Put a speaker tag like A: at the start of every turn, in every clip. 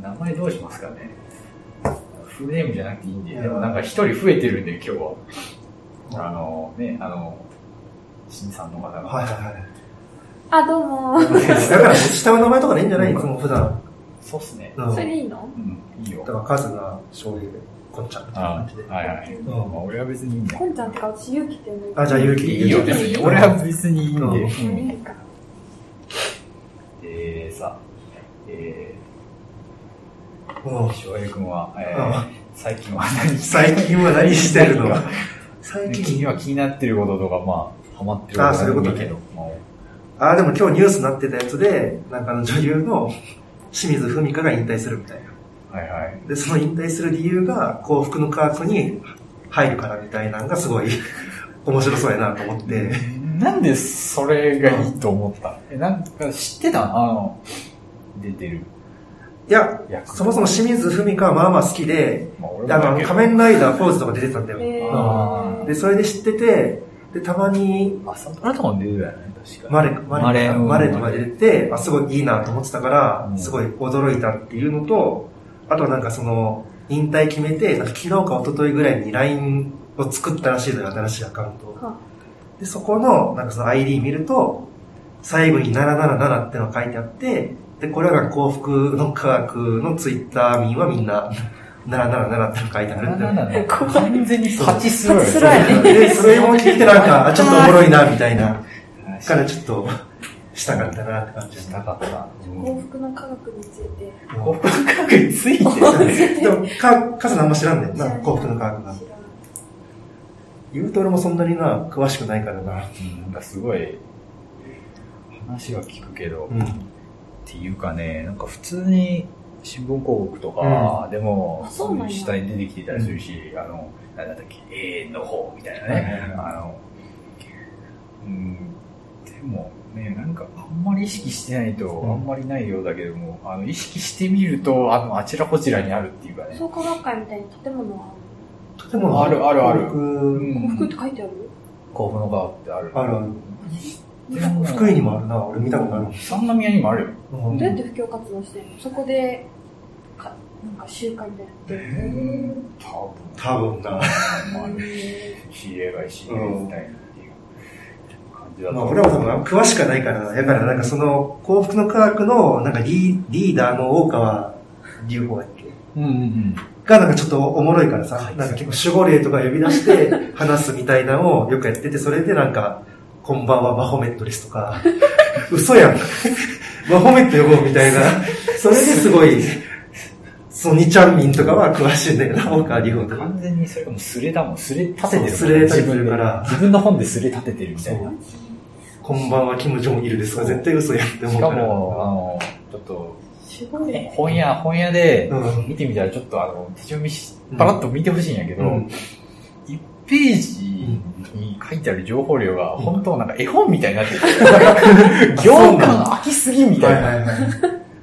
A: 名前どうしますかね。フルネームじゃなくていいんで、でもなんか一人増えてるんで、今日は。あのね、あの、新さんの方が。
B: はいはいはい。
C: あ、どうも。
B: だから、下の名前とかでいいんじゃないいつも普段。
A: そうっすね。
B: うん。
C: それ
B: だ
C: でいいの
A: うん、いいよ。
B: から、カズが勝利で、こっちゃんみたいな
A: あ
B: 感じで。
A: はいはい。
B: う
A: まあ、俺は別にいいんだ
C: こんちゃんとか私、ゆうきって呼んでる。
B: あ、じゃあ、ゆうき。
A: いいよ、別に。俺は別にいいんで。
C: う
A: うんん
C: いいか。
A: えー、さ、え
B: うん
A: ー、翔平君は、え
B: う
A: ー、最近は何して
B: 最近は何してるの
A: 何
B: 最
A: 気に
B: 近。
A: は気になってることとか、まあ、ハマってること
B: あーそういうことね
A: だけど、まあ
B: あ、でも今日ニュースになってたやつで、なんかあの女優の清水文香が引退するみたいな。
A: はいはい。
B: で、その引退する理由が幸福の科学に入るからみたいなのがすごい面白そうやなと思って。
A: なんでそれがいいと思った、え、なんか知ってたあの、出てる
B: いや、
A: 役。
B: そもそも清水文香はまあまあ好きで、
A: まあ、俺も
B: であの、
A: だけど
B: 仮面ライダーポーズとか出てたんだ
C: え
B: よ。
A: あ
C: ー。
B: で、それで知ってて、で、たまに、
A: あ、そあなたも出てたよね、確か
B: マレ、マ
A: マレ
B: レ、マレとか出て、あ、すごいいいなと思ってたから
A: う、ん
B: すごい驚いたっていうのと、あとはなんかその、引退決めて、なんか昨日か一昨日ぐらいに LINE を作ったらしいのよ、新しいアカウントを
C: は
B: で、そこの、なんかその ID 見ると、最後に777ってのが書いてあって、で、これが幸福の科学のツイッター民はみんな、777ってのが書いてあるんだよね。
A: に。完全に勝ちする。
C: 勝ちするわね
B: で、それも聞いてなんか、あちょっとおもろいな、みたいな。からちょっと、したかったなって感じで
A: し
B: したた。
A: かった。
C: 幸福の科学について。
A: 幸福感覚について
B: でも、か、かさ何も知らんねんな、幸福の科学が。
C: 知らない
B: 言うと俺もそんなにな、詳しくないからな。
A: うんなんかすごい、話は聞くけど、
B: う
A: っ
B: ん。
A: ていうかね、なんか普通に新聞広告とか、でも
C: あ、そうなんや
A: いう主体に出てきてたりするし、あの、なんだったっけ、永遠の方みたいな
B: はい
A: ね
B: はいはい。
A: あの、うん、でもね、なんかあんまり意識してないと、
B: うん
A: あんまりないようだけども、あの、意識してみると、あの、あちらこちらにあるっていうかね。
C: 創価学会みたいに建物は
B: とても、
A: あるあるある
B: 幸福
C: 幸福って書いてある
A: 幸福の場ってある。
B: あるある。
A: でも
B: 福井にもあるな、俺見たことある。
A: 三宮にもあるよ。
B: うん
C: どうやって布教活動してるのそこで、かなんか集会みたいなのやってる
A: 多分。
B: 多分な。
A: まあ、CA い CA みたいなっていう感じだと
B: まあ、
A: 思う。
B: 俺も多分詳しくはないからな。だからなんかその、幸福の科学の、なんかリーリーダーの大川隆法やっけ
A: うんうん
B: がなんかちょっとおもろいからさ、
A: はい
B: なんか結構守護霊とか呼び出して 話すみたいなのをよくやってて、それでなんか、こんばんはマホメットですとか、 嘘やん。マホメット呼ぼうみたいな。それですごい、そのニチャンミンとかは詳しいんだけど、僕はリ
A: う
B: ホ
A: ん。
B: ンとか。
A: 完全にそれがもうスレだもん。スレ立ててるもん。
B: そうスレ立てて
A: 自
B: る
A: 分で
B: から
A: 自分の本でスレ立ててるみたい
B: そ
A: な。
B: こんばんはキム・ジョンイルですとか、絶対嘘やんって思
A: し
B: う
A: か
B: から。
A: も、あの、ちょっと、
C: すごいね。
A: 本屋、本屋で
B: うん
A: 見てみたらちょっとあの、手順見し、パラッと見てほしいんやけど、
B: うん
A: 1ページに書いてある情報量が、本当なんか絵本みたいに なってる。行間空きすぎみたいな。
B: はいはいはい。ま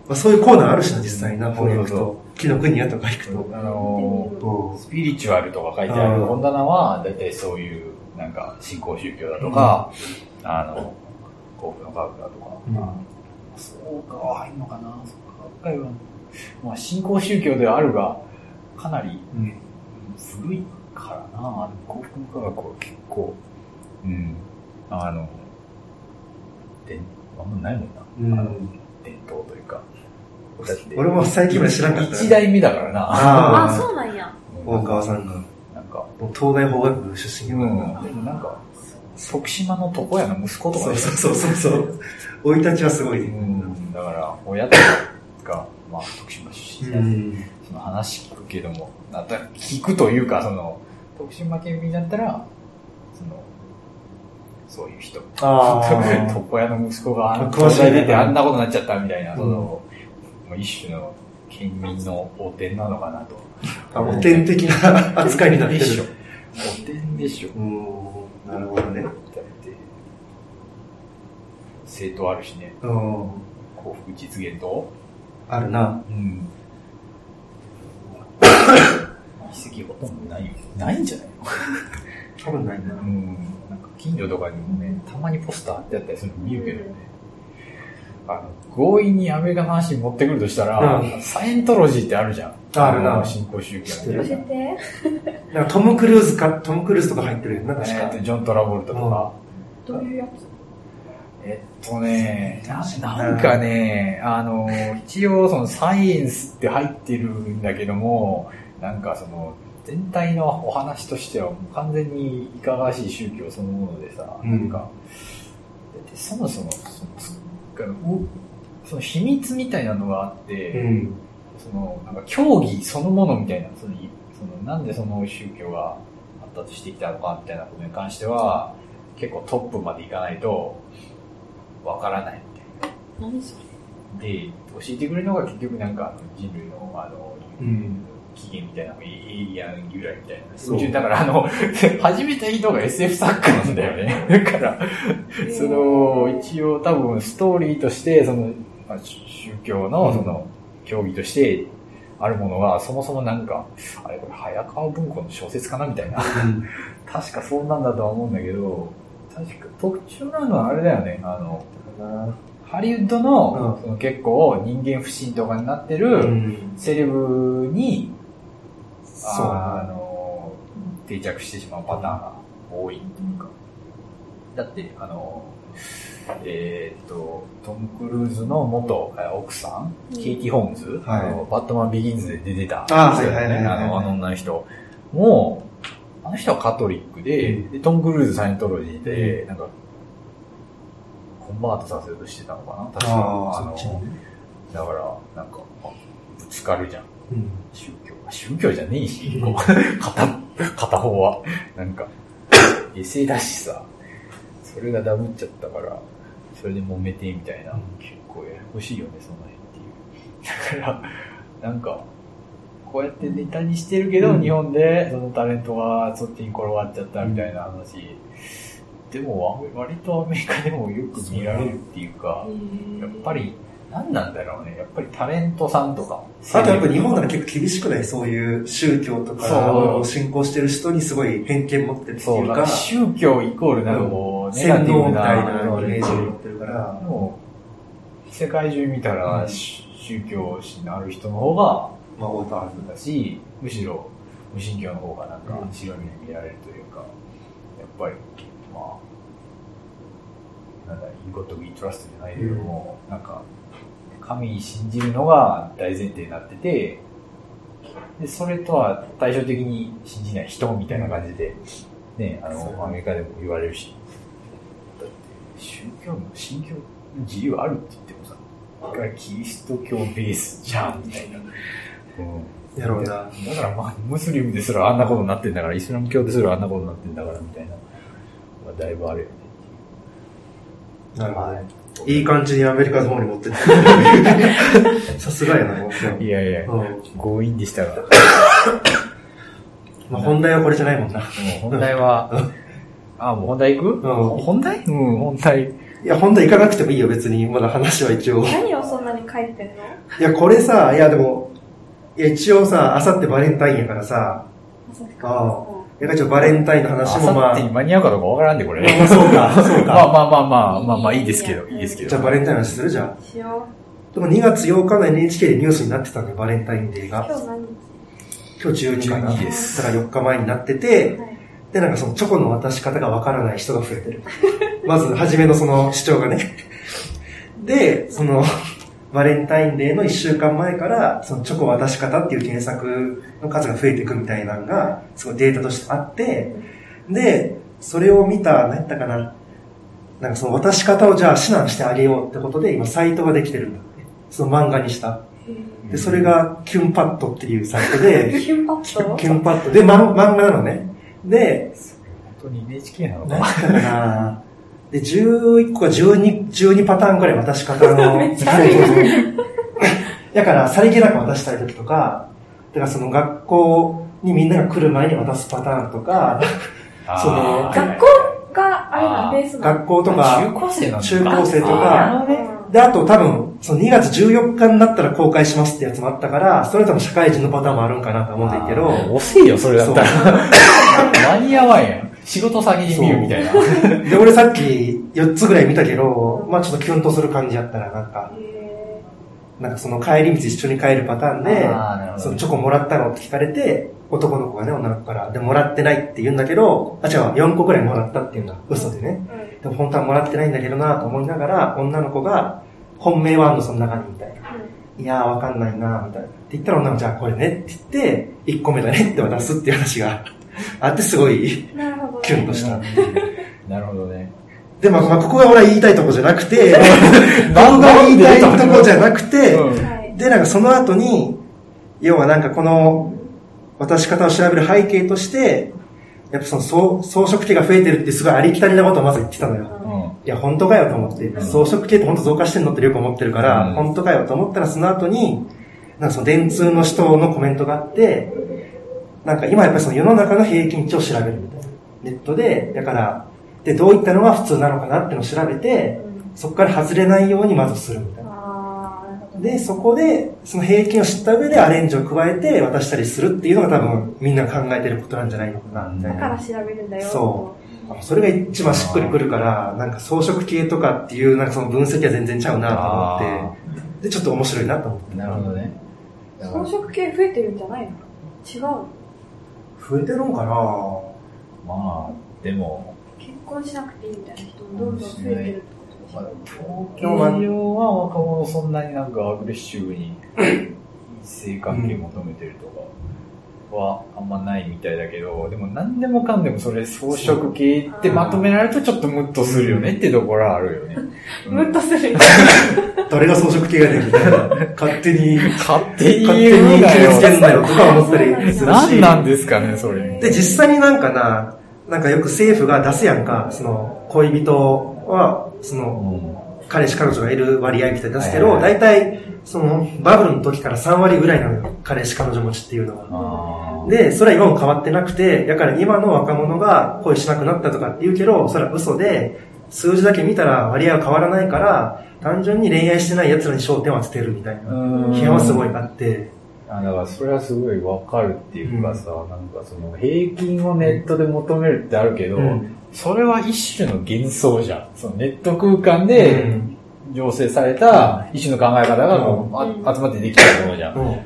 B: あ、そういうコーナーあるしな、実際な、
A: そう
B: 本
A: そう
B: 屋
A: そ
B: と。木の国屋とか行くと。
A: あの
B: うん
A: スピリチュアルとか書いてあ
B: う
A: る
B: ん
A: 本棚は、大体そういう、なんか、信仰宗教だとか、あの、幸福の科学だとか、
B: うん
A: まあそうか、入るのかな、そうか、学会は、まあ、信仰宗教ではあるが、かなり
B: うん
A: 古いからな、幸福の科学は結構、うん、あの、であんまないもんな、あの伝統というか。だって
B: 俺も最近まで知らんかった。
A: 一代目だからな、
B: あ
C: あ、
B: あ、
C: そうなんや。
B: 大川さんが。
A: なんか、
B: 東大法学部出身
A: う
B: や
A: ん、
B: か
A: で
B: らな
A: もなんか、徳島の床屋の息子とか
B: そう
A: ね
B: そうそうそう。生い立ちはすごいね。
A: うん、だから、親とかが、まあ、徳島出身だし、
B: ん。
A: その話聞くけども、あだ聞くというか、その、徳島県民だったら、その、そういう人。
B: あー
A: 床屋の息子が、あの、
B: 詳し
A: 東
B: いね
A: 大出てあんなことになっちゃったみたいな、
B: うん
A: その、まあ一種の県民の汚点なのかなと。
B: あ、古典的な扱いになって
A: でしょ
B: る。。
A: 汚点でしょ。
B: うん。なるほどね。
A: だって、正当あるしね、
B: うん。
A: 幸福実現と、
B: あるな。
A: うん。奇跡ほとんどないよ。ないんじゃない
B: 多分ないな。
A: うん。なんか近所とかにもね、たまにポスター貼ってあったりするの見るけどね。あの、強引にアメリカの話に持ってくるとしたら、
B: うん
A: サイエントロジーってあるじゃん。
B: あるな
A: の新興宗教
B: 知って
C: 教
B: る
C: えて。
B: なんかトム・クルーズか、トム・クルーズとか入ってるよな、確
A: えーっ
B: か。
A: と、ジョン・トラボルタとか。
C: どういうやつ
A: えっとね、ななんかね、あの、一応そのサイエンスって入ってるんだけども、なんかその、全体のお話としてはもう完全にいかがわしい宗教そのものでさ、
B: うん
A: なんか、でそもそもそのつあのうその秘密みたいなのがあって、
B: うん。
A: その、なんか競技そのものみたいな、その、いそのなんでその宗教が発達してきたのかみたいなことに関しては、結構トップまでいかないと、わからないみた
C: 何それ
A: いな。で、教えてくれるのが結局なんかあの人類の、あの、
B: うん
A: 起源みたいな、エイリアン由来みたいな。
B: そう
A: 宇宙だからあの、 初めて人が SF 作家なんだよね。だから、その、一応多分ストーリーとして、その、まあ、宗宗教の、その、教義として、あるものは、そもそもなんか、あれこれ、早川文庫の小説かなみたいな。 確かそうなんだとは思うんだけど、確か特徴なのはあれだよね。あの、ハリウッドの、
B: うん
A: その結構人間不信とかになってる、
B: うん。
A: セレブに、
B: そう
A: あの、定着してしまうパターンが多いというか。だって、あの、えーっと、トム・クルーズの元えー奥さん、ケイティ・ホームズ、
B: はい
A: あのバットマン・ビギンズで出てた、
B: あー
A: 人だよね
B: はいはいはいはい
A: あのあの女の人も、あの人はカトリックで、
B: う
A: でトム・クルーズサイエントロジーで、なんか、コンバートさせようとしてたのかな確か
B: あ
A: あ
B: あ、そ
A: の
B: っちもね。
A: だから、なんか、あぶつかるじゃん。
B: うん。
A: 宗教は宗教じゃねえし、
B: うん
A: 片、片方は。なんか、衛星だしさ、それがダブっちゃったから、それで揉めてみたいな、
B: うん
A: 結構ややこしいよね、その辺っていう。だから、なんか、こうやってネタにしてるけど、
B: うん
A: 日本でそのタレントがそっちに転がっちゃったみたいな話。でも、わ割とアメリカでもよく見られるっていうか、やっぱり、何なんだろうね。やっぱりタレントさんとか。
B: あとやっぱ日本なら結構厳しくないそういう宗教とか
A: そう
B: を信仰してる人にすごい偏見持ってるって
A: そ、
B: いうう
A: なんか
B: か、
A: 宗教イコールなんかこう、ネガ
B: 洗
A: ティ
B: 脳
A: ブ
B: み
A: な
B: たいなイメージを
A: で
B: 持ってるから、
A: も、世界中見た
B: う
A: ら、
B: ん
A: し宗教心のある人の方が
B: まあ、オーバーあるんだ
A: だし、むしろ無神教の方がなんか
B: うん
A: 白い目で見られるというか、やっぱり、まあ、なんだ、言うことを言いトラストじゃないけども、なんか、神信じるのが大前提になってて、で、それとは対照的に信じない人みたいな感じで、ね、あ
B: そう
A: の、アメリカでも言われるし、だって、宗教の、信教の自由あるって言ってもさ、これはキリスト教ベースじゃん、みたい な。うん
B: やろうな。
A: だからまあ、ムスリムですらあんなことになってんだから、イスラム教ですらあんなことになってんだから、みたいな。まあ、だいぶあるよね。
B: なるほどね。
A: い
B: いい感じにアメリカの方に持ってってさすがやな、もちろん。
A: いやいや、
B: うん
A: 強引でした が。も
B: まあ、本題はこれじゃないもんな。
A: う本題は、あ、もう本題行く
B: うん
A: 本題うん、本題。
B: いや、本題行かなくてもいいよ、別に。まだ話は一応。
C: 何をそんなに書いてんの
B: いや、これさ、いや、でも、いや、一応さ、あさってバレンタインやからさ、
C: 朝日
B: ああ
C: か
B: いや、ちょ、バレンタインの
A: あ
B: 話もま
A: さ
B: あ
A: って、に間に合うかどうかわからんで、これ。
B: まあそうかそう
A: まあまあ
B: か
A: まあまあ、まあまあいいですけど、いいですけど。
B: じゃあバレンタインの話するじゃん。
C: しよ
B: でも2月8日の NHK でニュースになってたんだよ、バレンタインデー
C: う。今日
B: が。
C: 何日
B: 今日12かな。
A: 12
B: だ
A: です
B: から4日前になってて、
C: はい
B: で、なんかそのチョコの渡し方がわからない人が増えてる。まず、初めのその主張がね。で、その、バレンタインデーの1週間前から、そのチョコ渡し方っていう検索の数が増えていくみたいなのが、すごいデータとしてあって、で、それを見た、何やったかな、なんかその渡し方をじゃあ指南してあげようってことで、今サイトができてるんだって。その漫画にした。で、それがキュンパットっていうサイト
C: えー
B: で、
C: キュンパッ
B: キュ
C: ト
B: ンキュンパット。で、まん漫画なのね。で、
A: 本当に NHK なのか
B: 何かなで、11個か12、12パターンくらい渡し方の。
C: めっちゃある
B: だから、さりげなく渡したい時とか、だからその学校にみんなが来る前に渡すパターンとか、その
A: あー
C: 学校があれなベースなの
B: 学校と
A: 中
B: か、
A: 高生なの
B: 中高生と
A: あ
B: か
A: ーなるほどね
B: で、あと多分、その2月14日になったら公開しますってやつもあったから、それは多分社会人のパターンもあるんかなと思うんだけど、
A: 遅いよ、それだったら。間に合わんやん。仕事先に見るみたいな。
B: で、俺さっき4つぐらい見たけど、まあちょっとキュンとする感じやったら、なんか、
C: え
B: なんかその帰り道一緒に帰るパターンで、
A: あーなるほど
B: そのチョコもらったのって聞かれて、男の子がね、女の子から、で、もらってないって言うんだけど、あ、違う、4個ぐらいもらったっていうんだ。嘘でね。
C: ーうん
B: でも本当はもらってないんだけどなと思いながら、女の子が、本命はあんの、その中に、みたいな。いやー、わかんないなみたいな。って言ったら女の子、じゃあこれねって言って、1個目だねって渡すっていう話があって、す ごい
C: うんなるほどね。
B: キュンとした。
A: なるほどね。
B: でも、まあ、ここが俺は言いたいとこじゃなく て、 僕が言いたいとこじゃなくて、
C: はい。
B: で、なんかその後に、要はなんかこの渡し方を調べる背景として、やっぱその装装飾系が増えてるってすごいありきたりなことをまず言ってたのよ。
A: うん。うん。
B: いや、本当かよと思って、
C: うん
B: 装飾系って本当増加してんのってよく思ってるから、
A: うん
B: 本当かよと思ったらその後に、なんかその電通の人のコメントがあって、なんか今やっぱりその世の中の平均値を調べるみたいな。ネットで、だから、で、どういったのが普通なのかなってのを調べて、
C: うん
B: そこから外れないようにまずするみたいな。
C: あーなるほどね
B: で、そこで、その平均を知った上でアレンジを加えて渡したりするっていうのが多分みんな考えてることなんじゃないのかな、みたい
C: だ
B: な。
C: から調べるんだよ。
B: そそれが一番しっくりくるから、なんか装飾系とかっていう、なんかその分析は全然ちゃうなと思
A: あ
B: って、で、ちょっと面白いなと思っ
A: ーなるほどね。
C: 装飾系増えてるんじゃないの違うの
B: て。増えてるんかな
A: まあ、でも、
C: 結婚しなくていいみたいな人もどんどん増えてるってことでし
A: まあ
C: ょ、
A: 統計上は若者そんなになんかアグレッシブに異性関係求めてるとかはあんまないみたいだけど、でも何でもかんでもそれ装飾系ってまとめられるとちょっとムッとするよねってところはあるよね。うん
C: ムッとする。
B: 誰が装飾系やねんみたいな。勝手に、
A: 勝手に
B: 勝手
A: 言う
B: に
A: な
B: 決めつけん
A: よ。
B: なよとか思ったりする
A: 何
B: し。
A: なんですかね、それ。
B: で、実際になんかな、なんかよく政府が出すやんか、その、恋人は、その、彼氏彼女がいる割合みたいに出すけど、
A: はいはい
B: 大体、その、バブルの時から3割ぐらいなのよ。彼氏彼女持ちっていうのは。
A: あー
B: で、それは今も変わってなくて、だから今の若者が恋しなくなったとかって言うけど、それは嘘で、数字だけ見たら割合は変わらないから、単純に恋愛してない奴らに焦点を当ててるみたいな。
A: うん
B: 批判はすごいあって。
A: あだからそれはすごいわかるっていうかさ、
B: う
A: なんかその平均をネットで求めるってあるけど、
B: うん
A: それは一種の幻想じゃん。そのネット空間
B: う
A: で
B: ん
A: 醸成された一種の考え方がこう、
C: うん
A: あ集まってできたものじゃん。
B: うん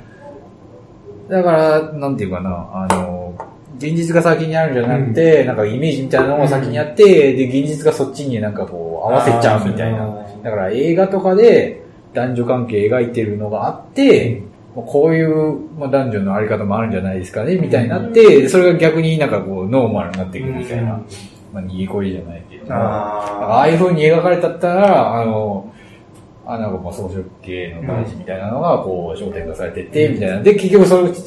A: だから、なんていうかな、あの、現実が先にあるんじゃなくて、なんかイメージみたいなのを先にやって、で、現実がそっちになんかこう合わせちゃうみたい
B: あ
A: な。
B: ー
A: だから映画とかで男女関係描いてるのがあって、まあこういう、まあ、男女のあり方もあるんじゃないですかね、みたいになって、それが逆になんかこう、ノーマルになっていくみたいな。まあ、逃げ恋じゃないけど。あ
B: あ
A: あいう風に描かれたったら、あの、あなんかまあ装飾系の男子みたいなのが、こう、焦点化されてて、みたいな。で、結局それが現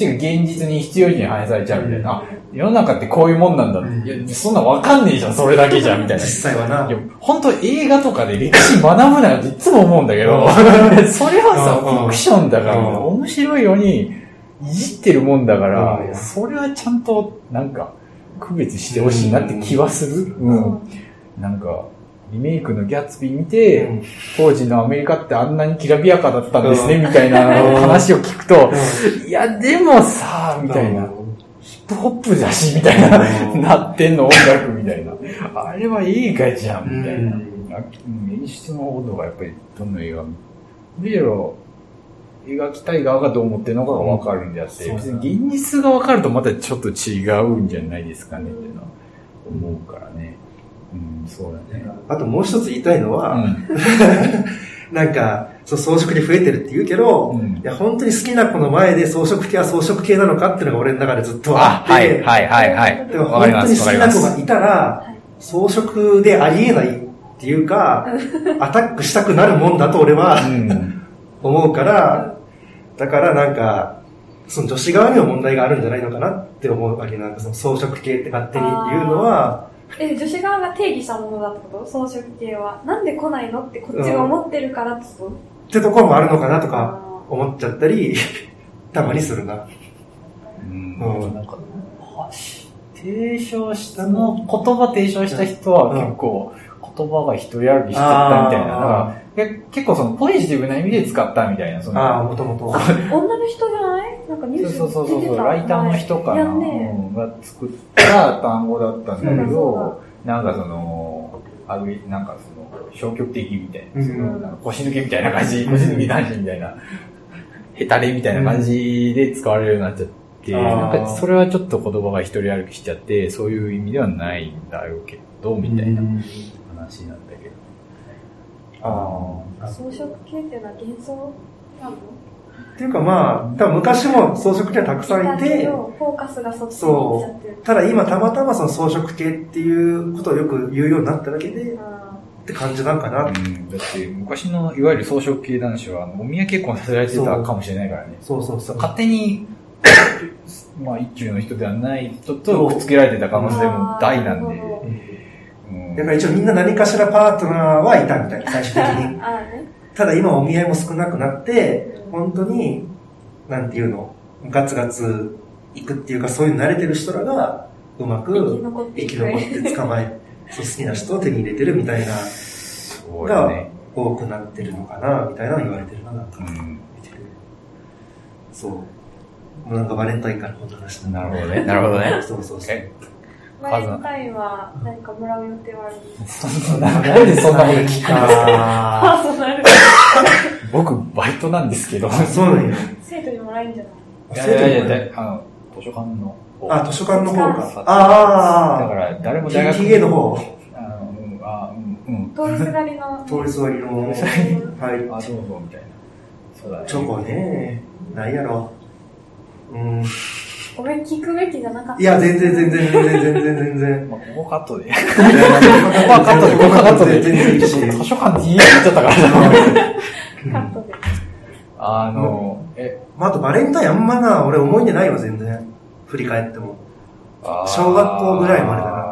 A: 実に必要以上に反映されちゃうみたいな。あ世の中ってこういうもんなんだって。いや、そんなんわかんねえじゃん、それだけじゃん、みたい
B: ー
A: な
B: 実。際はな。
A: いや、本当映画とかで歴史学ぶなよっていつも思うんだけど、 それは
B: う
A: さ、
B: ん
A: フィクションだから、
B: うん
A: 面白いようにいじってるもんだから、
B: うん
A: それはちゃんと、なんか、区別してほしいなって気はする。うん。なんか、リメイクのギャツビー見て、
B: うん
A: 当時のアメリカってあんなにきらびやかだったんですね、
B: うん
A: みたいな話を聞くと、
B: う
A: いや、でもさ、
B: ん
A: みたいな。ヒップホップだし、みたいな
B: う、ん
A: なってんの音楽みたいな。あれは映画じゃん、みたいな
B: うん。
A: あうん演出の方とがやっぱりどの映画も。でやろ、描きたい側がどう思ってるのかがわかるんであって、
B: うん
A: 別に現実がわかるとまたちょっと違うんじゃないですかね、っていうのは思うからね。うん、そうだね。
B: あともう一つ言いたいのは、
A: うん
B: なんか、そう装飾で増えてるって言うけど、
A: うん
B: いや、本当に好きな子の前で装飾系は装飾系なのかっていうのが俺の中でずっとあ
A: あ、
B: って、
A: はい、はい、はい、はい。
B: でも
A: わか
B: 本
A: りま
B: 当に
A: す、
B: 好
A: わかり
B: きな
A: ま
B: 子
A: す。
B: がいたら、装飾でありえないっていうか、アタックしたくなるもんだと俺は
A: うん。
B: 思うから、だからなんか、その女子側にも問題があるんじゃないのかなって思うわけなんかその装飾系って勝手に言うのは、
C: え、女子側が定義したものだってこと装飾系は。なんで来ないのってこっちが思ってるからってこと
B: ってところもあるのかなとか
C: あ
B: 思っちゃったり、 たまにするな。
A: うんなんか、提唱したの、言葉提唱した人は結構、言葉が一人歩きしてったみたいな。だ
B: あ
A: か
B: ー
A: らけ結構そのポジティブな意味で使ったみたいな、その
B: ああ、もともと。
C: 女の人じゃないなんかニュース
A: そうそうそう
C: 出
A: そう、
C: てた。
A: ライターの人か
C: いや
A: な、
C: ね。
A: うんが作った単語だったんだけ
C: うん
A: ど、なんかその、あるなんかその、消極的みたいな、その
C: うん
A: なんか腰抜けみたいな感じ、
B: うん
A: 腰抜け男子みたいな、ヘタレみたいな感じで使われるようになっちゃって、
B: う
A: な
B: ん
A: ん
B: あー
A: かそれはちょっと言葉が一人歩きしちゃって、そういう意味ではないんだろうけど、みたいな
B: うん
A: 話なんだけど。
B: ああ。
C: 装飾系っていうのは幻想なの
B: っていうかまあ、多分昔も装飾系はたくさんい
C: いたけ
B: て、
C: ど、フォーカスがそっちに行っちゃってる。
B: ただ今たまたまその装飾系っていうことをよく言うようになっただけで、っ
C: あ
B: て感じなんかな。
A: うん、だって昔のいわゆる装飾系男子は、あのお見合い結婚させられてたかもしれないからね。
B: そうそうそう。
A: 勝手に、 まあ一級の人ではない人とくっつけられてた可能性も大なんで。
C: あ
A: うん
B: だから一応みんな何かしらパートナーはいたみたいな、最終的
C: ー
B: に。
C: あーね。
B: ただ今お見合いも少なくなって、本当に、なんていうの、ガツガツ行くっていうか、そういう慣れてる人らが、うま
C: 生き
B: く
C: 残って
B: 生
C: い
B: き
C: く。
B: 残って捕ま え、そう好きな人を手に入れてるみたいな、
A: そうだね。
B: 多くなってるのかな、みたいなの言われてるな、なんか
A: う。ん
B: そう。もうなんかバレンタインからこんな話だ
A: なるほどね。なるほどね。
B: そうそうそう。
A: え、
C: バレンタインは何かもらう予定はある
A: そん な、なんでそんなこと聞く の
B: あ
C: パーソナル。
A: 僕、バイトなんです けど。
B: ーそうなんや。
C: 生徒にもらえるんじゃない
A: いやいやいや、あの、図書館の方。
B: あ、図書館の方
A: だ
B: か
A: か。
B: ああ、
A: ら、誰も大学
B: TTA の方、
A: あの、うん、あ、うん、
C: 通りすがりの。
B: 通りすがりの、
A: 通りうん。
B: は
A: あ、どうぞ、みたいな。そうだね。
B: い。チョコね、ないやろ。うん。
C: ごめん、聞くべきじゃなかった。
B: いや、全然全然全然全然全然。
A: まあ、 ここカットで。
B: ここ
A: まあ、カットで、ここカットで。
B: 全然いいし。
A: 図書館って言えちゃったからさ。
C: カットで。
A: あの、え、
B: まあ、あとバレンタインあんまな、俺思い出ないわ、全然。振り返っても。
A: あー
B: 小学校ぐらいまでだななん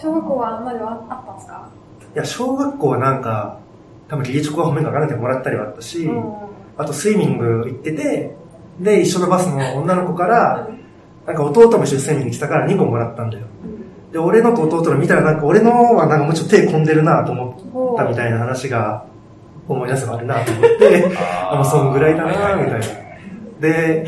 C: 小学校はあんまりはあったんですか
B: いや、小学校はなんか、多分、理事長は褒めかからなきゃもらったりはあったし、
C: う
B: あとスイミング行ってて、で、一緒のバスの女の子から、
C: ん。
B: なんか弟も一緒にスイミング来たから2個もらったんだよ。で、俺のと弟の見たらなんか俺のはなんかもうちょっと手込んでるなと思
C: ほ
B: ったみ
C: う
B: たいな話が思い出せばあるなと思って、
A: あ
B: あ、もうそんぐらいだなみたいな。で、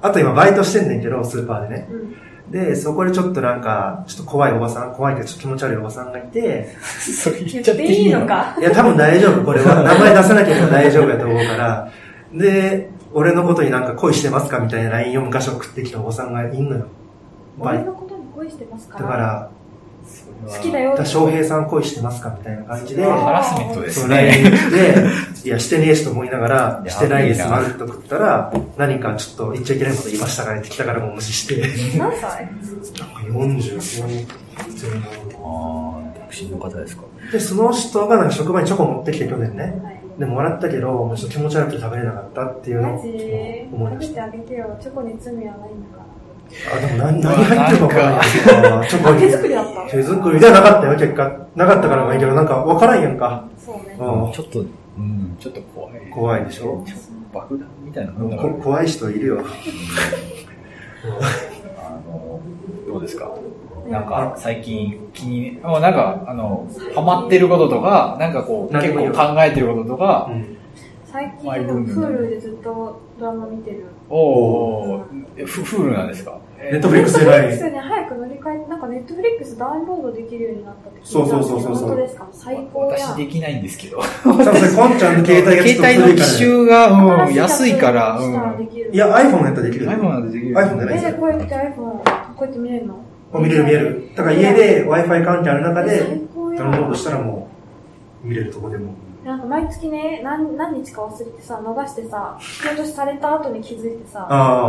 B: あと今バイトしてんねんけど、スーパーでね。
C: うん。
B: で、そこでちょっとなんか、ちょっと怖いおばさん、怖いけどちょっと気持ち悪いおばさんがいて、
A: それ
C: 言
A: 言
C: っ
A: っちゃっててい
C: いい
A: い
C: の
A: のか。
C: か。
B: いや、多分大丈夫、これは。名前出さなければ大丈夫やと思うから。で、俺のことになんか恋してますかみたいな LINE を昔送ってきたおばさんがいんのよ。バ
C: 俺
B: イ
C: のことに恋してます
B: ト
C: か
B: だから、
C: 好きだよ。
B: だ翔平さん恋してますかみたいな感じで、
A: ハラスメントで
B: そ
A: す
B: の
A: ね。
B: LINE で、いや、してねえしと思いなが
A: い
B: ら、
A: や
B: してないです、
A: 危な
B: ま
A: いな
B: るっと食ったら、何かちょっと言っちゃいけないこと言いましたからって来たからもう無視して、
C: 何歳
B: なんか45前
A: あ
B: 後
A: ー、タクシーの方ですか。
B: で、その人がなんか職場にチョコ持ってきて去年ね。
C: はい。
B: で、もらったけど、もうちょっと気持ち悪くて食べれなかったっていうの
C: マ
B: を
C: ジ
B: 思い出
C: 食べ
B: してた。
C: あげてよ。チョコに罪はないんだから。
B: あ、でも何何入ってるのかわからない。チョコ
C: あ、手
B: に。
C: 作りだった
B: 手作りではなかったよ、結果。なかったからもいいけど、なんかわからんやんか。
C: そうね。
B: うん
A: ちょっと、うん、ちょっと怖い。い。
B: 怖いでしょ
A: 爆弾みたいなもんだから
B: こ。怖い人いるよ。
A: あの、どうですか
C: うん
A: なんか、最近気に、もうなんか、あの、ハマってることとか、なんかこう、
B: 何で
A: 結
B: もいいよ
A: 構考えてることとか、
B: うん
C: 最近、でも Hulu でずっとドラマ見てる。
A: おー、フフールなんですか
B: ネットフリックスで
C: で
B: ない。
C: すよね、早く乗り換えて、なんかネットフリックスダウンロードできるようになったって聞いたんで
B: そう
C: すけど
B: そうそうそう
C: 本当ですか最高や
A: 私できないんですけど。
B: 多分それ、コンちゃんの 携帯がちょっと
A: 携
B: 古
A: 帯の
B: いか
A: 機
B: ら
A: 種
B: ね。
A: が、
C: 新
A: うん、
C: しやつ
A: 安いから、う
C: したら
A: ん。
C: できる
B: いや、iPhone やったらできるよ。
A: iPhone なんてできる。
B: iPhone じゃない
C: え、じゃあこうやって iPhone、こうやって見れるの
B: あ見れる見れる。だから家で Wi-Fi 関係ある中
C: 最
B: で、
C: 高や
B: ダウンロードしたらもう、見れるとこでも。
C: なんか毎月ね、何何日か忘れてさ、逃してさ、引き落としされた後に気づいてさ、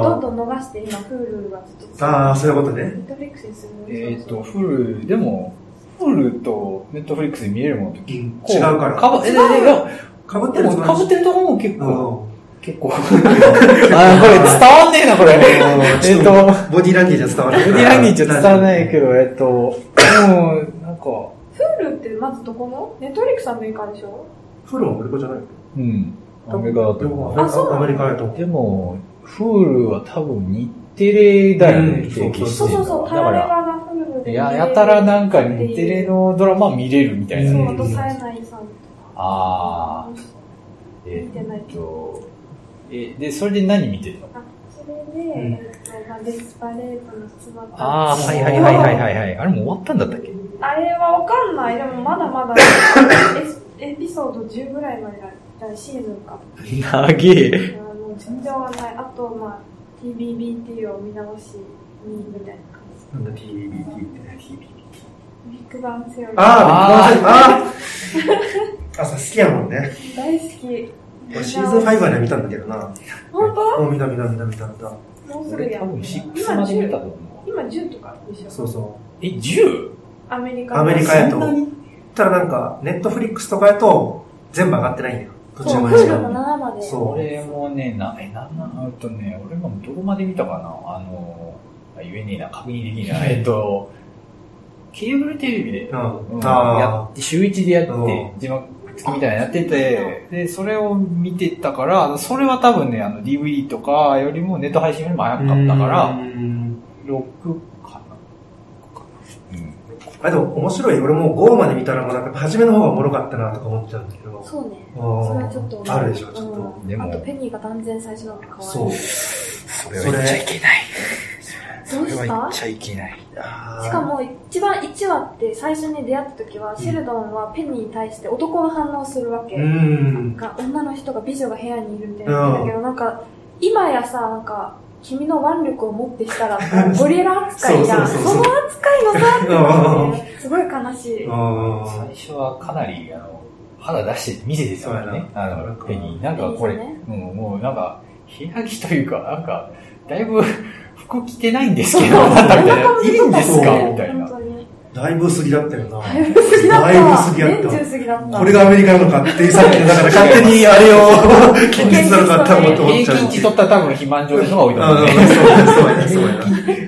C: どん
B: あ
C: どん逃して今、Hulu がずっ
B: あ。
C: と
B: ああ、そういうこと
C: ネ
B: ね。
C: ットフリックスにするの
A: えっと、フル、でも、フルとネットフリックスで見れるものと
B: 違う
A: 結構
B: から。
A: かぶ、え、でもでも、
B: かぶって
A: で
B: る
A: も、かぶってるところも結構、
B: うん
A: 結 構。あー、これ伝わんねえな、これ。
B: ちょ
A: え
B: っ
A: っ
B: と
A: と、
B: ボディランゲージは伝わらない。
A: 無理やりにちゃ伝わらないけど、えっと、でも、なんか、
C: Hulu ってまずどこのネットフリックスはアメリカでしょ
B: フルはアメリカじゃない
A: うん、アメリカだと思
C: あそうなの
B: アメリカやと思
A: う。
B: う。
A: でも、フールは多分日テレだよ
B: う
A: ね、
B: ん
A: 定期
C: そ
A: して
C: うそ
A: る
C: うそ
A: の
C: う、
A: は。
C: タ
A: だか
C: ラレ
A: ら、
C: バが Hulu で見れ
A: や
C: る
A: やたらなんか日テレのドラマ見れるみたい
C: そ
A: な。
C: う、あと、さえないさんとか。
A: ああ。え
C: 見てない
A: っと、え、で、それで何見てるの
C: あ、それで、
B: ん
C: えっと、まあ、デスパレートの妻と。
A: ああ、はいはいはいはいはいはい。あれもう終わったんだったっけ
C: あれはわかんない。でもまだまだ、エスエピソード10ぐらいまでだシーズンか。
A: 長え。
C: あの、全然わかんない。あと、まあ、TBBT を見直しに、みたいな感じ。
B: なんだ TBT って。
C: ビッグバンセオリー。
B: あー、
A: あ
B: あ ーあさ、好きやもんね。
C: 大好き。
B: 俺シーズン5まで見たんだけどな。
C: 本当
B: うん、見た見た見た見た見た。
C: もうすぐ
A: 俺
C: や
A: 多
C: ん。
A: 分6まで見たと思う。
C: 今10とかでしょ
B: そうそ
A: え、10?
C: アメリ
B: う。
C: カの
B: アメリカやと。
A: そんなに
B: ただなんか、ネットフリックスとかやと、全部上がってないんだよ。途
C: そ
B: 中
C: う、
B: ま
C: フ
B: でし
C: ールの
B: か。
C: 7まで。
B: そう
A: 俺もね、な、え、なんなん、えっとね、俺もどこまで見たかなあの、あ言えねえな、確認できない。えっと、ケーブルテレビで、
B: う
A: うん
B: ん。
A: や
B: あ
A: って週一でやっ
B: う
A: て、字幕付きみたいなのやってて、で、それを見てたから、それは多分ね、あの DVD とかよりもネット配信よりも早
B: あ。
A: かったから、
B: うん
A: 6かな。うん。
B: あ、でも面白い。俺もう5まで見たらもうなんか、初めの方がおもろかったなとか思っちゃうんだけど。
C: そうね。
B: あー
C: それはちょっと思う。
B: あるでしょ、ちょっと。
C: うん
A: でも
C: あと、ペニーが断然最初なの可愛い。
B: そう。
A: そ
B: れは言っちゃい
A: けない。
C: どうした
A: ゃいけない。
C: し
B: し
C: か、も、一番1話って最初に出会った時は、シェルドンはペニーに対して男の反応するわけ。
B: うん。
C: が女の人が美女が部屋にいるみたいな。だけど、なんか、今やさ、なんか、君の腕力を持ってし たら、ゴリラ扱いじゃん。
B: そう
C: そ
B: そうそうそう
C: の扱いの さって思って、すごい悲しい。
B: あ
A: 最初はかなり、あの、肌出して見せてたからね。
B: そうや
A: あ
B: な
A: の、ペニー。なんかこれ、
C: ペニー
A: うんもうなんか、部屋着というか、なんか、だいぶ 服着てないんですけど、なんかみたいな。いいんですかみたいな
C: 本。当
B: ー
C: に。
B: だいぶ過ぎだったよな。
C: だいぶ過ぎだった。
B: だいぶ過ぎだった
C: 年中過ぎだった。
B: これがアメリカなのかっていうさっきのだから勝手にあれを、現実なのか多分と思っち
A: 平
B: ゃ
A: 均
B: う。
A: 値取ったら多分肥満状態の方が多いと思うね。
B: うんそうやね、そうやね。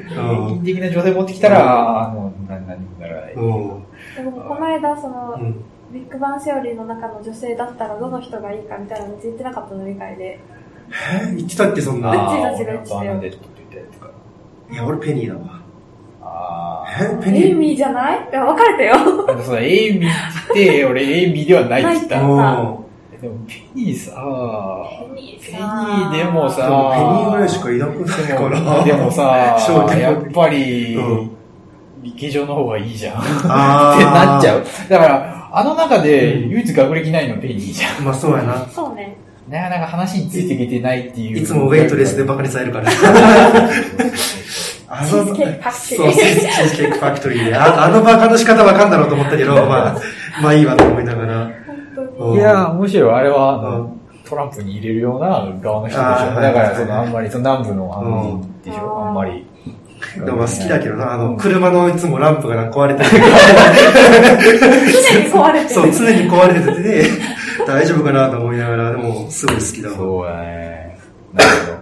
A: 平均的な状態持ってきたら、あの、な何にもならない。
B: うん。うん
C: でもこの間、その、
B: うん。
C: ビッグバンセオリーの中の女性だったらどの人がいいかみたいなの言ってなかったの理解で。
B: えー、言ってたっけ、そん
A: あ
B: な。
A: あ、
C: うちだうちだ
A: 俺
C: うちだ
A: はバーナデットって言ったやつか。
B: いや、俺ペニーだわ。
A: ああ。
B: え、ペ
C: エイ
B: ニー
C: ミーじゃないいや、別れたよ。
A: なんかその、エイミーって、俺エイミーではないって言っ
B: う
A: た。
B: ん。
A: でも、ペニーさ、
C: ニ
A: ペニーでも
B: で
A: さ、
B: もペニーぐらいしかい なくないから。
A: でもさ
B: 正直、
A: やっぱり
B: うん、
A: 理系上の方がいいじゃん。って
B: あー
A: なっちゃう。だから、あの中で
B: うん
A: 唯一学歴ないのペニーじゃん。
B: まあそうやな。
C: そうね。
A: なかなか話についていけてないっていう。
B: いつもウェイトレスでバカにされるから。 あ
C: チーズケーキファクトリー
B: そう、チーズケーキファクトリーで。ああのバカの仕方わかんだろうと思ったけ ど、まあ、まあいいわと思いながら。
C: 本当に。
B: うん
A: いやー、むしろあれは、あ
B: う
A: のトランプに入れるような側の人でしょ。
B: あー
A: だか
B: は
A: ら、
B: い
A: その、あんまり、その南部のあ
B: う
A: の、でしょ、
C: あー
A: あんまり。
B: でもまあ好きだけどな、あ
A: う
B: の、
A: ん
B: 車のいつもランプがなんか壊れてて、
C: 常に壊れ てる。
B: そう、常に壊れてて、で大丈夫かなと思いながら、でも、すごい好きだわ。
A: そうやね。なるほ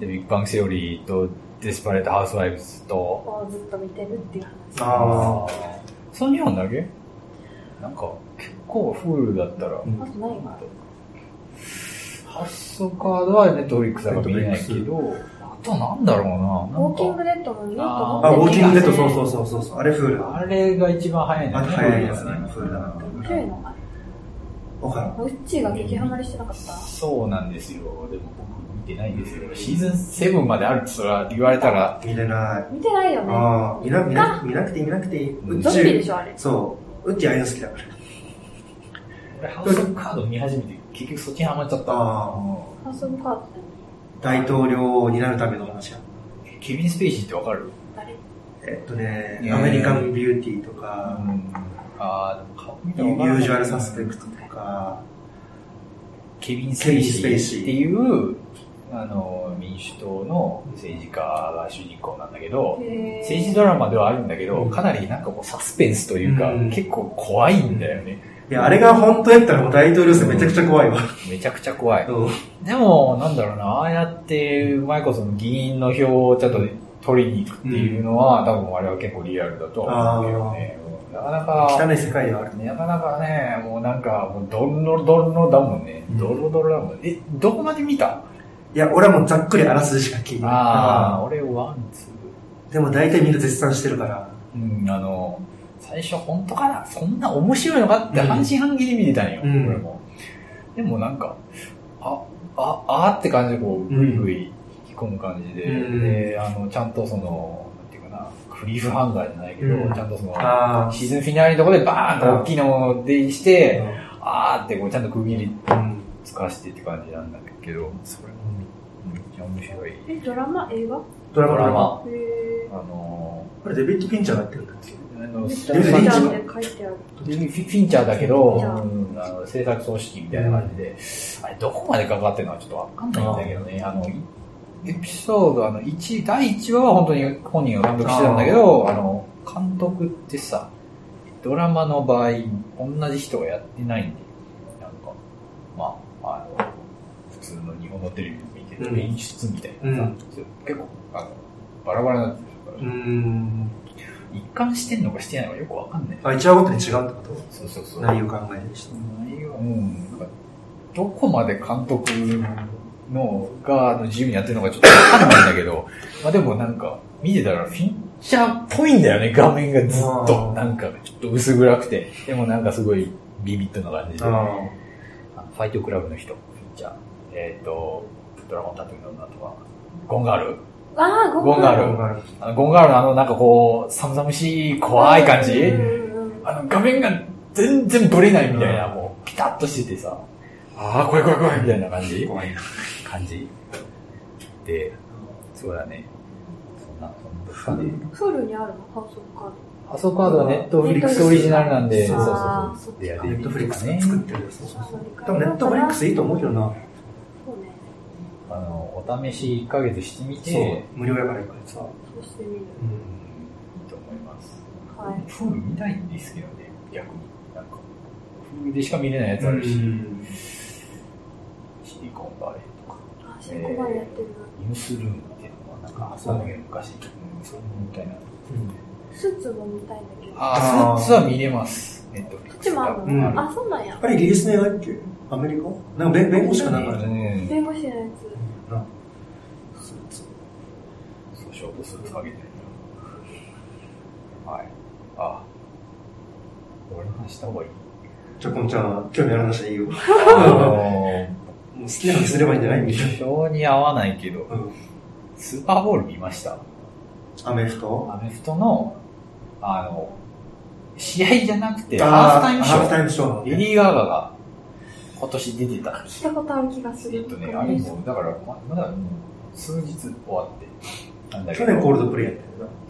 A: ど。で、ビッグバンセオリーと、デスパレートハウスワイブズと、
C: こうずっと見てるっていう話。
B: あ
A: その2本だけなんか、結構フールだったら、
C: あと何がある
A: ハッソカードはネットフリックスだから見れないけど、あとなんだろうな。
C: ウ
A: な
C: ォ
A: ん
C: ーキング
A: か、
C: デッドもいいと思
B: あ。あ、ウォー
C: って
B: キ
C: る
B: ングデッド、
C: け
B: そ
C: ど
B: うそうそうそうそう。あれフールだ。
A: あれが一番早い
B: あ
A: の
B: れ
A: ね。
B: 早いやつね、フールだな。
C: 面白いのあれ。
B: わからん。
C: ウッチーが激ハマりしてなかった
A: そうなんですよ。でも僕見てないんですよ。シーズン7まであるってそれは言われたら、
B: 見れない。
C: 見てないよね。
B: ああ、見な、見な、見なくていい、見なくていい。
A: うん
B: う
C: ゾン
B: ち
C: ビでしょ、あれ。
B: そう。うちああいうの好きだから。
A: 俺ハッソカード見始めて結局そっちにハマっちゃった。
B: あ
C: ハウスオブカードって
B: 大統領になるための話や。
A: ケビン・スペイシーってわかる
C: 誰
B: えっとね
A: え、ー
B: アメリカンビューティーとか、
A: あーでも顔見た
B: ユ
A: らわかる
B: ージュアルサスペクトとか、
A: ケビン・スペイシーっていう、あの、民主党の政治家が主人公なんだけど、
C: へ
A: 政治
C: ラ
A: ドラマではあるんだけど、
B: うん
A: かなりなんかこうサスペンスというか、
B: うん
A: 結構怖いんだよね。
B: いや、あれが本当やったらもう大統領選めちゃくちゃ怖いわ。
A: めちゃくちゃ怖い。
B: うん
A: でも、なんだろうな、ああやって、うまいこその議員の票をちょっと取りに行くっていうのは、多分あれは結構リアルだとは思うけどね。うんなかなか、
B: 汚い世界ではある。
A: なかなかね、もうなんか、もうドロドロだもんね
B: う。ん
A: ドロドロだもん。え、どこまで見た
B: いや、俺はもうざっくりあらすじしか聞いてない。
A: ああ、俺、ワン、ツ
B: でも大体みんな絶賛してるから。
A: ー。うん、あの、さ最初本当かなそんな面白いのかって半信半疑で見てたんよ、
B: うん
A: 俺も。でもなんか、あ、あ、あーって感じでこう、ぐいぐい引き込む感じで、
B: うん
A: で、あの、ちゃんとその、なんていうかな、クリフハンガーじゃないけど、
B: うん
A: ちゃんとその、
B: あ
A: シーズンフィナーレのとこでバーンと大きいのでして、あーってこうちゃんと区切り
B: あ。うん。
A: つかしてって感じなんだけど、それもめっちゃ面白い。
C: え、ドラマ、映画
B: ドラマ。
A: マ。
C: へえ
A: あの
B: あれ、デビッド・フィンチャーがやってるんだっけ
A: ー、あの、
C: ー。
A: ス
C: ち
A: タ
C: ゃ
A: ッ
C: ん
A: フ
B: フィンチ
A: さ
B: ャ
A: ん
B: ー
C: で書いてある。
A: フィフィンチャーだけど、
C: フィンチャ
A: うんあの制作組織みたいな感じで、あれどこまでかかってるのかちょっとわかんないんだけどね、あの、いエピソード、あの、1、第1話は本当に本人が監督してたんだけど、あの、監督ってさ、ドラマの場合、同じ人がやってないんで、なんか、まあ、あの、普通の日本のテレビで見て
B: うん
A: る演出みたいなさ、
B: うん
A: 結構、あの、バラバラになってるか
B: うー
A: ら、
B: ん。
A: 一貫してんのかしてないのかよくわかんない。
B: あ、1話ごとに違うってこ
A: そうそうそ
B: と
A: う。
B: 内容考えにして。
A: 内容、うん、なんかどこまで監督のがあの自由にやってるのかちょっとわかんないんだけど、 まあでもなんか、見てたらフィンチャーっぽいんだよね、画面がずっ
B: う
A: と。
B: ん
A: なんか、ちょっと薄暗くて、でもなんかすごいビビッドな感じで。あ
B: あ
A: のファイトクラブの人、フィンチャー。えっ、と、ドラゴンタトゥーの女とは、ゴンガール。
C: あー、
A: ゴンガ
B: あ。
A: ー
B: あ
A: ル
B: る。
A: あのゴンガールのあのなんかこう、寒々しい怖い感じ、
C: うんうんうん
A: あの、画面が全然ブレないみたいな、もう、ピタッとしててさ、ああ、怖い怖い怖いみたいな感じ
B: 怖いな。
A: 感じ。で、そうだね。そんな、そんな感じ。
C: ソウルにあるのハウス・オブ・カー
A: あそこはネットフリックスオリジナルなんで、
C: そ
A: そうう
C: そ
A: そうう
C: そう
A: そう。
C: ネ
A: ネ
B: ネットフリックスが作ってるやつ。そうそうそう
C: ド
B: 多分ネットフリックスいいと思うけどな。
C: そうね。
A: あの、お試し1ヶ月してみて、
B: そう
A: いい。
B: 無料やからやからさ。
C: そうしてみ
B: う
C: る。
B: ん。
A: と思います。
C: はい。
A: フール見ないんですけどね、逆に。なんか、フールでしか見れないやつあるし、
B: うん。
A: シリコンバレーとか。
C: あ、シンコバレーやってるな。
A: ニュースルームっていうのはなんか、そうだけど昔、うん、そうみたいな。
C: スーツも見たいんだけど。あ、
A: ああ、スーツは見れます。ネットフリッ
C: こっ
A: ク
C: ち
A: ス。
C: もある
B: うん
C: のあ、そうなんや
B: あ。れ、イギリスの映画だっけアメリカなんか弁弁護士かなんかだよね。
A: ね。
C: 弁護士のやつ。
B: な
A: そう、ショートスーツかけてるはい。あ、俺の話した方がいい。
B: じゃあ、こんちゃんは興味ある話でいいよ。もう
A: あの
B: 好きな話すればいいんじゃないみたい
A: 表に合わないけど、
B: な。うん。
A: スーパーボール見ました。
B: アメフト
A: アメフトの、あの、試合じゃなくて、ハー
B: あ
A: フタイムシ
B: ハーフ
A: ョ
B: タイムショー。
A: ー。レディー・ガーガが今年出てた。
C: 聞いたことある気がす
A: え
C: る。
A: っとね、あれも、だから、ままだ、うん数日終わって、なんだけ
B: 去
A: ど、
B: 年コールドプレイやって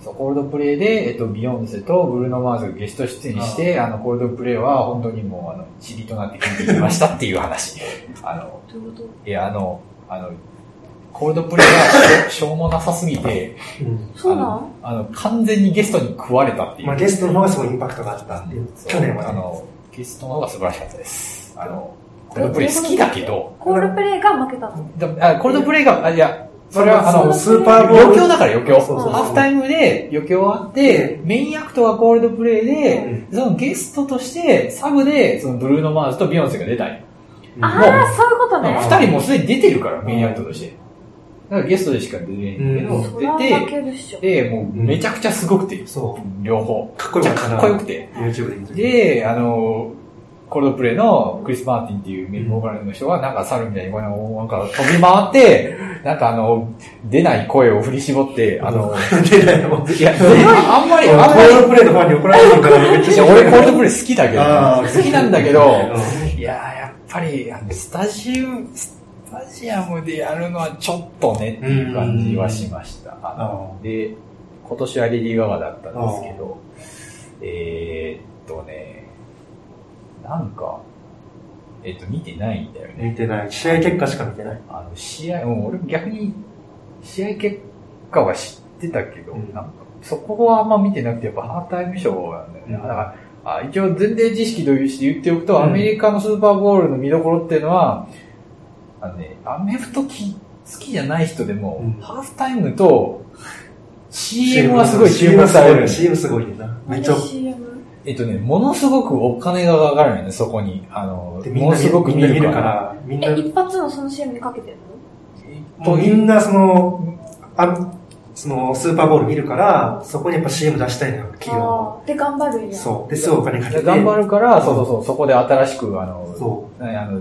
A: そうコールドプレイで、えっと、ビヨンセとブルーノ・マーズがゲスト出演して、あの、コールドプレイは本当にもう、あの、チリとなって聞いてきましたっていう 話。あの、
C: どういうこと
A: いや、あの、あの、コールドプレイはしょしょうもなさすぎて、
B: るな。うん。
C: そうなん
A: あの、完全にゲストに食われたっていう。
B: まあ、ゲストの方がすごいインパクトがあったっていう。
A: そう
B: 去年は
A: あ
B: ね。
A: の、ゲストの方が素晴らしかったです。あの、コールドプレイ好きだけど、
C: コールプレイが負けたの。
A: だあコールドプレイが、あいや、それは、あ
B: そ
A: の、
B: のスーパーボール。
A: 余興だから余興。
B: そうそうそう
A: ハーフタイムで余興あって、メインアクトはコールドプレイで、そのゲストとして、サブで、そのブルーノ・マーズとビヨンセが出たい。
B: うん
C: あ
A: もう
C: あ、そういうことね。
A: 二人もうすでに出てるから、メインアクトとして。だからゲストでしか出れないけ
B: う
C: それ
A: ど、
C: は負
A: 出
C: けるっしょ。
A: て、で、もうめちゃくちゃすごくて、
B: そ
A: 両方
B: う。。かっこよ
A: めち
B: か
A: ゃ
B: った
A: かっこ
B: な。
A: よくて。
B: YouTube で見てる。
A: で、あの、コールドプレイのクリス・マーティンっていうメインボーカルの人が、なんか猿みたいにこの、なんか飛び回って、なんかあの、出ない声を振り絞って、あの、
B: 出ないもん。
A: いや、 あんま
B: コ
A: り、あんまり
B: ールドプレイのファンに怒られてるから、めっちゃ
A: いや、俺コールドプレイ好きだけ
B: あ
A: ど、
B: ー
A: 好きなんだけど、
B: う
A: いやー、やっぱり、あのスタジオ、スタジアムでやるのはちょっとねっていう感じはしました。あの
B: ん
A: で、今年はレディー・ガガだったんですけど、えー、っとね、なんか、えっと、見てないんだよね。
B: 見てない。試合結果しか見てない。
A: あの、試合、うん、俺逆に、試合結果は知ってたけど、
B: うん
A: なんか、そこはあんま見てなくて、やっぱハーフタイムショーなんだよね。
B: うん
A: だから、あ一応前提知識として言っておくと、
B: うん
A: アメリカのスーパーボールの見どころっていうのは、あのね、アメフトき好きじゃない人でも、
B: うん
A: ハーフタイムと CM はすごい注目される。
B: CM すごいねんな。めっちゃ。
C: CM。
A: えっとね、ものすごくお金がかかるよね、そこに。あの、
B: でみん
A: も
B: な
A: のすごく
B: みん
A: 見
B: な
A: る
B: 見る
A: か。
B: からら、みんな
C: え、、一発のその CM にかけてるの
B: もうみんなその、あそのスーパーボール見るから、そこにやっぱ CM 出したいのよ、企業の。
C: あーで、頑張るんや。
B: そう。で、すぐお金かけて。
A: 頑張るから、そうそうそう、そこで新しく、あの、
B: そ
A: ねあの、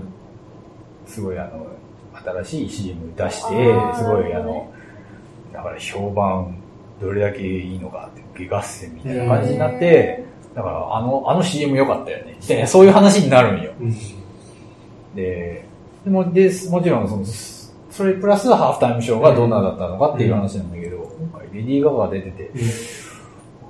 A: すごいあの、新しい CM 出して、
C: あー
A: すごいあ
C: なるほどね
A: の、だから評判、どれだけいいのかって、下合戦みたいな感じになって、だからあの、あの CM 良かったよね。でそういう話になるんよ。
B: う。うん。
A: で、でも、でもちろんその、そそれプラスハーフタイムショーがどんなだったのかっていう話なんだけど、今回レディー・ガガが出てて、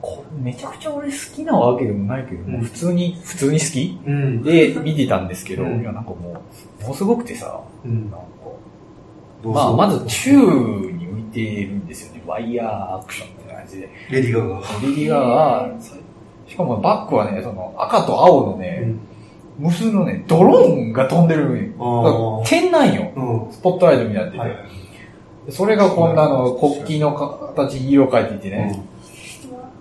A: これめちゃくちゃ俺好きなわけでもないけど、
B: うん
A: 普通に、普通に好き
B: うん。
A: で、見てたんですけど、
B: うん
A: いや、なんかもう、ものすごくてさ、
B: うん
A: なん。か、
B: どう
A: まあ、
B: ぞ
A: まず、宙に浮いているんですよね。ワイヤーアクションみたいな感じで。
B: レディーガガ。
A: リリガーは、しかもバックはね、その赤と青の
B: う
A: ね、
B: ん。
A: 無数のね、ドローンが飛んでるだ
B: あ
A: から
B: ー
A: 点なんよ。
B: うん。
A: スポットライトみたいにな
B: は
A: って
B: い
A: て。。でそれがこんなあの国旗の形に色を変えていてね。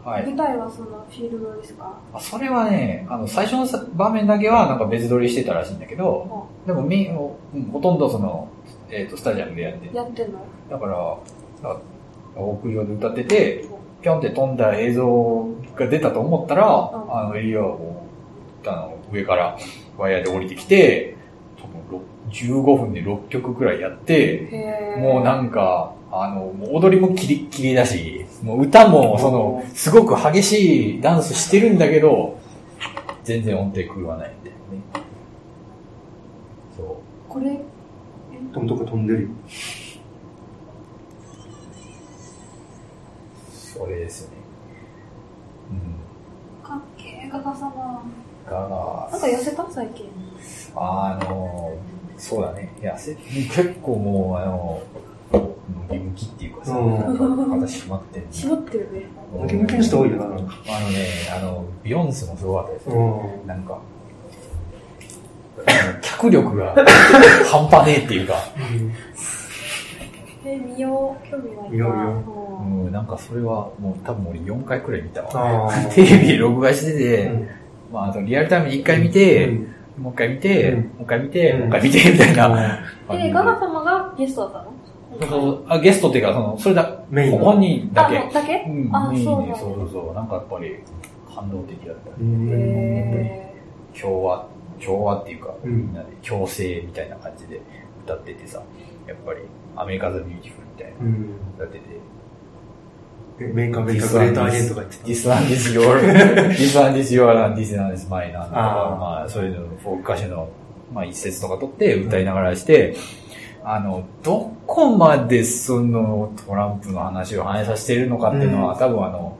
A: はい。
C: 舞台はそのフィールドですか
A: あそれはね、あの、最初のさ場面だけはなんか別撮りしてたらしいんだけど、でもみ、うんほとんどその、えっ、と、スタジアムでやってて
C: やってんの
A: だから、あ屋上で歌ってて、ぴょんって飛んだ映像が出たと思ったら、あの、エリアを、あの、上からワイヤーで降りてきて、多分ろ15分で6曲くらいやって、
C: へー
A: もうなんか、あの、もう踊りもキリッキリだし、もう歌も、その、すごく激しいダンスしてるんだけど、全然音程狂わないんだよね。そう。
C: これ、
B: どんどこ飛んでるよ。
A: それですね。うん。
C: かっけえ、画家様。
A: が
C: なんか痩せた最近。
A: あの、そうだね。いや、せ結構もう、あの、ムキムキっていうかさ、
B: うん
A: なんか私まってんね
C: 絞ってるね。
B: ムキムキの人多いよななんか
A: あのね、あの、ビヨンスもすごかったです
B: う
A: よ。
B: ん。
A: なんか、あの脚力が半端ねえっていうか、
C: え、見よう。興味ないな。
B: 見よう見よう
A: う
C: うん
A: ん、なんかそれはもう多分俺4回くらい見たわ。
B: ああ。
A: テレビで録画して
B: う
A: て、
B: ん
A: まあ、あとリアルタイムに1回見て、
B: うん
A: もう一回見て、
B: うん
A: もう一回見て、
B: うん
A: もう一回見て、みたいな。
C: え、ガガ様がゲストだったの
A: そうあゲストっていうか、その、それだ、
B: メインの
A: 本人だ
C: あ、
A: け。
C: もうだけ
A: うん、
C: あ
A: メイン
C: そうなん
A: で、
C: だ
A: そうそうそう。なんかやっぱり、感動的だった。
B: うん。
C: へ
A: 調和、調和っていうか、
B: う
A: み
B: ん
A: んなで共生みたいな感じで歌っててさ、やっぱり、アメリカザ・ビューティフルみたいな
B: うん。
A: 歌ってて、
B: えメインカメインカグレーターゲンとか言ってた。
A: This one is your, this one is your, and this one is mine, なんとか
B: あー
A: まあ、そういうの、フォーク歌手の、まあ、一節とか取って歌いながらして、あの、どこまでそのトランプの話を反映させているのかっていうのは、
B: う
A: 多分あの、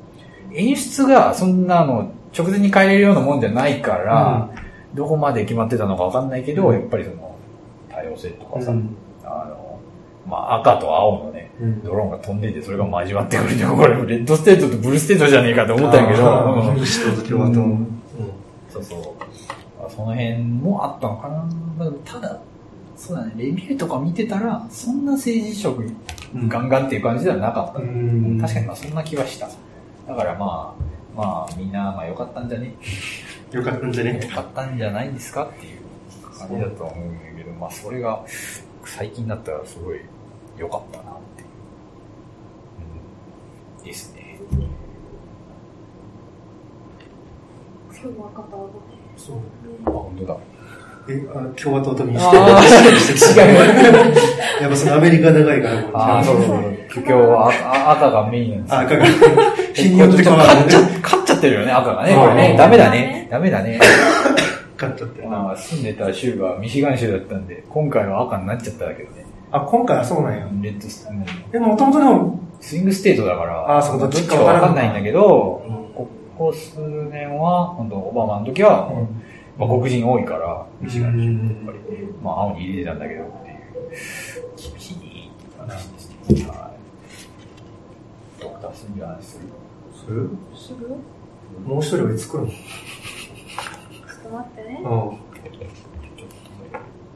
A: 演出がそんなあの、直前に変えれるようなもんじゃないから、どこまで決まってたのかわかんないけど、
B: うん
A: やっぱりその、多様性とかさ、
B: うん
A: あの、まあ、赤と青のね、
B: うん
A: ドローンが飛んでて、それが交わってくるんだよ。これ、レッドステートとブルーステートじゃねえかと思ったんやけ
B: あ
A: ど
B: ー、
A: うん
B: 民主党と共和党。
A: う
B: うんん
A: そうそう。あその辺もあったのかな。まあただ、そうだね、レビューとか見てたら、そんな政治色
B: うん
A: ガンガンっていう感じではなかった。
B: うん
A: 確かにまあそんな気はした。だからまあ、まあみんな、まあ良かったんじゃね
B: よかったんじゃね
A: 良かったんじゃないですかっていう感じだとは思うんだけど、まあそれが最近だったらすごい良かったなっていう。うん、ですね。
C: ー今日も赤と青だ
B: そう
A: あ、
C: ね。
A: 本当だ。
B: え、あの共和党と民主党。
A: ああ、違う。
B: やっぱそのアメリカ長いから も
A: ああ、そうそうそう。今日はあ赤がメインなんです
B: あ、
A: よ。
B: 赤が。日によ
A: こ
B: っ
A: れち
B: て
A: ょ
B: 変
A: っと
B: わ
A: 勝っ
B: る
A: ちゃ
B: ね。、
A: 勝っちゃってるよね、赤がね。
B: そう
A: これね、
B: ね
A: ダメだね。ダメだね。
B: 勝っちゃってるな。
A: まあ、住んでた州がミシガン州だったんで、今回は赤になっちゃったんだけどね。
B: あ、今回はそうなんや。
A: レッドス、うん
B: え、もともとでも、
A: スイングステートだから、
B: あーそうか
A: どっちかわかんないんだけど、
B: うん
A: ここ数年は、本当オバマの時は、まあ、黒人多いから、ミシガン州
B: うん
A: やっぱり、まあ、青に入れてたんだけどっていう、厳しい話でした。はい。ドクタースミの話する
B: それ
C: すぐちょ
B: もう一人はいつ来る
C: っと待ってね。
B: の